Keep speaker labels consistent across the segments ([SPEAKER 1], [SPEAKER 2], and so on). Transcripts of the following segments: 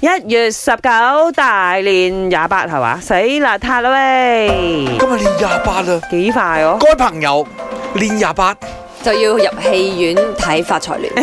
[SPEAKER 1] 一月十九大年廿八係嘛？死邋遢啦喂！
[SPEAKER 2] 今日年廿八啦，
[SPEAKER 1] 幾快哦！
[SPEAKER 2] 該朋友年廿八，
[SPEAKER 3] 就要入戲院睇《發財 聯》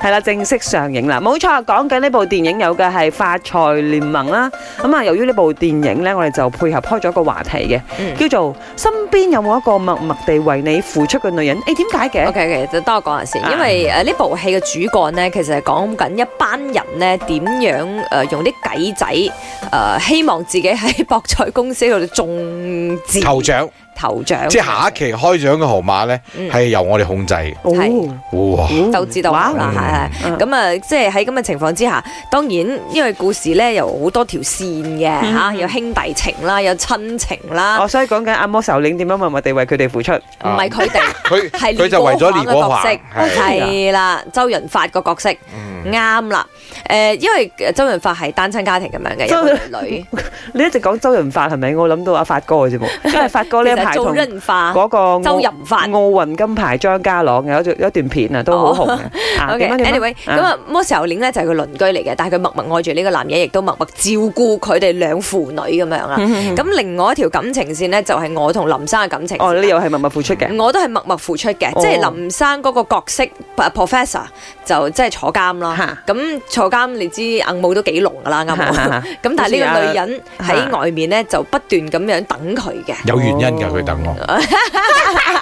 [SPEAKER 1] 係啦，正式上映啦，冇錯。講緊呢部電影有嘅係《發財聯盟》啦。咁啊，由於呢部電影呢，我哋就配合開咗一個話題嘅，
[SPEAKER 3] 嗯
[SPEAKER 1] 叫做身邊有冇一個默默地為你付出嘅女人？誒點解嘅？
[SPEAKER 3] OK OK，就多我講下先
[SPEAKER 1] 啊，
[SPEAKER 3] 因為誒呢部戲嘅主幹呢，其實係講緊一班人呢點樣誒、呃用啲計仔誒、呃希望自己喺博彩公司嗰度中字
[SPEAKER 2] 頭獎
[SPEAKER 3] 頭獎，
[SPEAKER 2] 即係下一期開獎嘅號碼咧，
[SPEAKER 3] 嗯
[SPEAKER 2] 係由我哋控制嘅。
[SPEAKER 3] 係
[SPEAKER 1] 哦
[SPEAKER 2] 哇！
[SPEAKER 3] 就知道
[SPEAKER 1] 哇
[SPEAKER 3] 啦，啊係係。
[SPEAKER 1] 嗯
[SPEAKER 3] 咁啊，即係喺咁嘅情況之下，當然因為故事咧有好多條線嘅嚇、
[SPEAKER 1] 嗯
[SPEAKER 3] 有兄弟情啦，有親情啦
[SPEAKER 2] 哦
[SPEAKER 1] 我，哦所以講緊阿摩首領點樣默默地為佢哋付出。
[SPEAKER 3] 唔係佢哋
[SPEAKER 2] 佢
[SPEAKER 3] 係
[SPEAKER 2] 佢就為咗
[SPEAKER 3] 李
[SPEAKER 2] 連
[SPEAKER 3] 國
[SPEAKER 2] 國
[SPEAKER 3] 華
[SPEAKER 2] 華
[SPEAKER 3] 嘅角色，
[SPEAKER 2] 係
[SPEAKER 3] 係啦，周潤發個角色
[SPEAKER 2] 嗯
[SPEAKER 3] 啱啦。誒、因為呃周潤發係單親家庭咁樣嘅，
[SPEAKER 1] 周
[SPEAKER 3] 有個女 女，
[SPEAKER 1] 你一直講周潤發係咪？我諗到阿發哥嘅 啫喎，因為發哥呢一
[SPEAKER 3] 其實
[SPEAKER 1] 排
[SPEAKER 3] 周
[SPEAKER 1] 同
[SPEAKER 3] 潤發、
[SPEAKER 1] 嗰個奧
[SPEAKER 3] 啊周潤發。
[SPEAKER 1] 奧運金牌張家朗有一段有一段片啊，都好紅嘅。啊
[SPEAKER 3] O
[SPEAKER 1] 點樣
[SPEAKER 3] K，
[SPEAKER 1] 點樣
[SPEAKER 3] anyway，咁啊，摩時候鏈咧就係佢鄰居嚟嘅，但係佢默默愛住呢個男人，亦都默默照顧佢哋兩父女咁樣啦。
[SPEAKER 1] 嗯
[SPEAKER 3] 咁另外一條感情線咧，就係我同林生嘅感情線啦。
[SPEAKER 1] 哦，你又係默默付出嘅。
[SPEAKER 3] 我都係默默付出嘅，
[SPEAKER 1] 哦
[SPEAKER 3] 即係林生嗰個角色啊 professor 就即係坐監啦。咁坐監你知硬冇都幾濃噶啦，啱冇？ 咁但係呢個女人喺外面咧就不斷咁樣等佢嘅。
[SPEAKER 2] 有原因㗎，佢等我。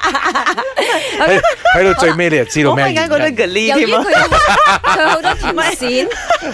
[SPEAKER 2] 喺喺到最尾你就知道
[SPEAKER 1] 我忽
[SPEAKER 2] 咩
[SPEAKER 1] 然
[SPEAKER 2] 原
[SPEAKER 1] 間覺得
[SPEAKER 2] 因。
[SPEAKER 1] 嘅呢
[SPEAKER 3] 由於
[SPEAKER 1] 添 啊
[SPEAKER 3] 佢有佢有好多條線，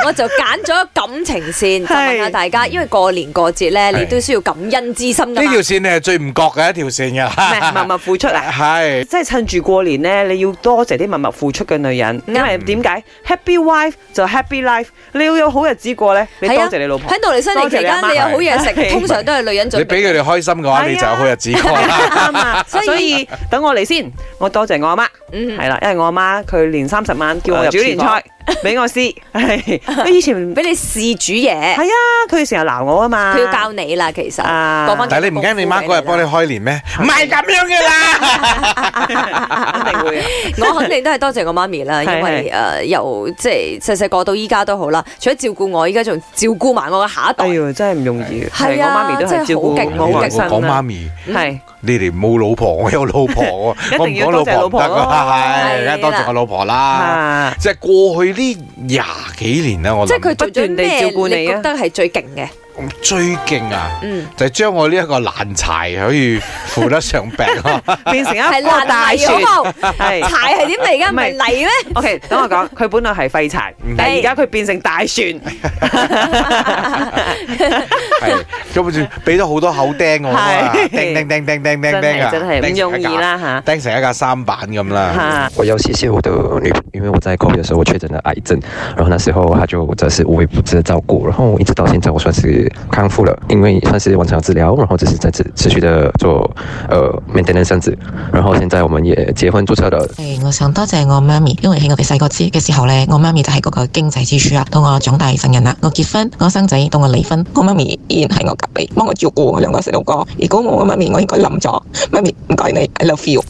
[SPEAKER 3] 我就揀咗感情線，就問下大家，因為過年過節咧，
[SPEAKER 2] 係
[SPEAKER 3] 你都需要感恩之
[SPEAKER 2] 呢
[SPEAKER 3] 心噶嘛
[SPEAKER 2] 條。線你係最唔覺嘅一條線
[SPEAKER 1] 咩，默
[SPEAKER 2] 㗎，
[SPEAKER 1] 默付出啊！
[SPEAKER 2] 係
[SPEAKER 1] 即係趁住過年咧，你要多謝啲默默付出嘅女人，因為點解？Happy wife 就 happy life，你要有好日子過咧，你多
[SPEAKER 3] 係啊
[SPEAKER 1] 謝你老婆。
[SPEAKER 3] 喺農曆新年期間，
[SPEAKER 1] 多謝
[SPEAKER 3] 你
[SPEAKER 1] 你
[SPEAKER 3] 有
[SPEAKER 2] 阿媽
[SPEAKER 3] 好嘢
[SPEAKER 1] 係
[SPEAKER 3] 食，通常都係女人準
[SPEAKER 2] 你
[SPEAKER 3] 備。
[SPEAKER 2] 俾佢哋開心嘅話，
[SPEAKER 1] 係啊
[SPEAKER 2] 你就有好日子 過啦。
[SPEAKER 1] 啱啊！所以等我嚟先，我多謝我阿媽。
[SPEAKER 3] 嗯
[SPEAKER 1] 係啦，因為我阿媽佢年三十晚叫我入
[SPEAKER 2] 啊
[SPEAKER 1] 煮年菜俾我試，係佢以前
[SPEAKER 3] 俾你試煮嘢
[SPEAKER 1] 係，啊，佢成日鬧我啊嘛，
[SPEAKER 3] 佢要教你啦，其實。
[SPEAKER 1] 啊，
[SPEAKER 3] 講返
[SPEAKER 2] 但係你唔驚你媽嗰日幫你開年咩？唔係咁樣嘅啦。
[SPEAKER 1] 一定會啊，
[SPEAKER 3] 我肯定都係多謝我媽咪啦，因
[SPEAKER 1] 係
[SPEAKER 3] 為誒由即係細細個到依家都好啦，除咗照顧我，依家仲照顧埋我嘅下一
[SPEAKER 1] 哎
[SPEAKER 3] 代。
[SPEAKER 1] 呦，真係唔容易，
[SPEAKER 3] 係
[SPEAKER 1] 我
[SPEAKER 3] 啊
[SPEAKER 1] 媽咪都係照顧
[SPEAKER 3] 真係好勁
[SPEAKER 1] 我
[SPEAKER 3] 好
[SPEAKER 1] 嘅啊
[SPEAKER 3] 勁
[SPEAKER 1] 生
[SPEAKER 2] 啊我講媽
[SPEAKER 1] 啦，
[SPEAKER 2] 咪，
[SPEAKER 1] 係
[SPEAKER 2] 你哋冇老婆，我有老婆啊
[SPEAKER 1] 一！
[SPEAKER 2] 我唔
[SPEAKER 1] 定要
[SPEAKER 2] 講老婆唔
[SPEAKER 1] 多
[SPEAKER 2] 得
[SPEAKER 1] 謝老婆
[SPEAKER 2] 㗎，
[SPEAKER 3] 咯
[SPEAKER 2] 係梗係多謝我老婆啦。
[SPEAKER 1] 啊，
[SPEAKER 2] 即係過去呢廿幾年啦，我
[SPEAKER 3] 即係佢
[SPEAKER 2] 諗
[SPEAKER 3] 做咗咩？
[SPEAKER 1] 不斷地照顧你
[SPEAKER 3] 你
[SPEAKER 1] 啊
[SPEAKER 3] 覺得係最勁嘅？
[SPEAKER 2] 最勁啊，
[SPEAKER 3] 嗯，
[SPEAKER 2] 就係將我呢一個爛柴可以扶得上病啊！
[SPEAKER 1] 變成一
[SPEAKER 3] 係
[SPEAKER 1] 個大
[SPEAKER 3] 爛泥
[SPEAKER 1] 船，
[SPEAKER 3] 好冇？
[SPEAKER 1] 係。
[SPEAKER 3] 柴係點嚟㗎？
[SPEAKER 1] 唔
[SPEAKER 3] 唔
[SPEAKER 1] 係
[SPEAKER 3] 係泥咩？
[SPEAKER 1] OK，等我講，佢本來係廢柴，但係而家佢變成大船，
[SPEAKER 2] 係咁就俾咗好多口釘我啊！
[SPEAKER 1] 係
[SPEAKER 2] 釘釘釘釘釘
[SPEAKER 1] 真
[SPEAKER 2] 釘釘啊！
[SPEAKER 1] 係真係唔
[SPEAKER 2] 釘成
[SPEAKER 1] 容
[SPEAKER 2] 一
[SPEAKER 1] 易
[SPEAKER 2] 架，
[SPEAKER 1] 啦吓。
[SPEAKER 2] 釘成一架三板 咁啦。
[SPEAKER 1] 嚇
[SPEAKER 4] 我要谢谢我的女朋友，因为我在 COVID 的时候我确诊了癌症，然后那时候她就真的是无微不至的照顾，然后一直到现在我算是康复了，因为算是完成了治疗，然后只是在持持续的做呃 maintenance 这样子，然后现在我们也结婚注册了
[SPEAKER 5] 誒，我想多謝我媽咪，因為喺我哋細個之嘅時候呢，我媽咪就係嗰個經濟支柱啊。到我長大成人啦，我結婚，我生仔，到我離婚，我媽咪依然係我隔離，幫我照顧我兩個細路哥。如果冇我媽咪，我應該冧咗。媽咪唔該你，I love you。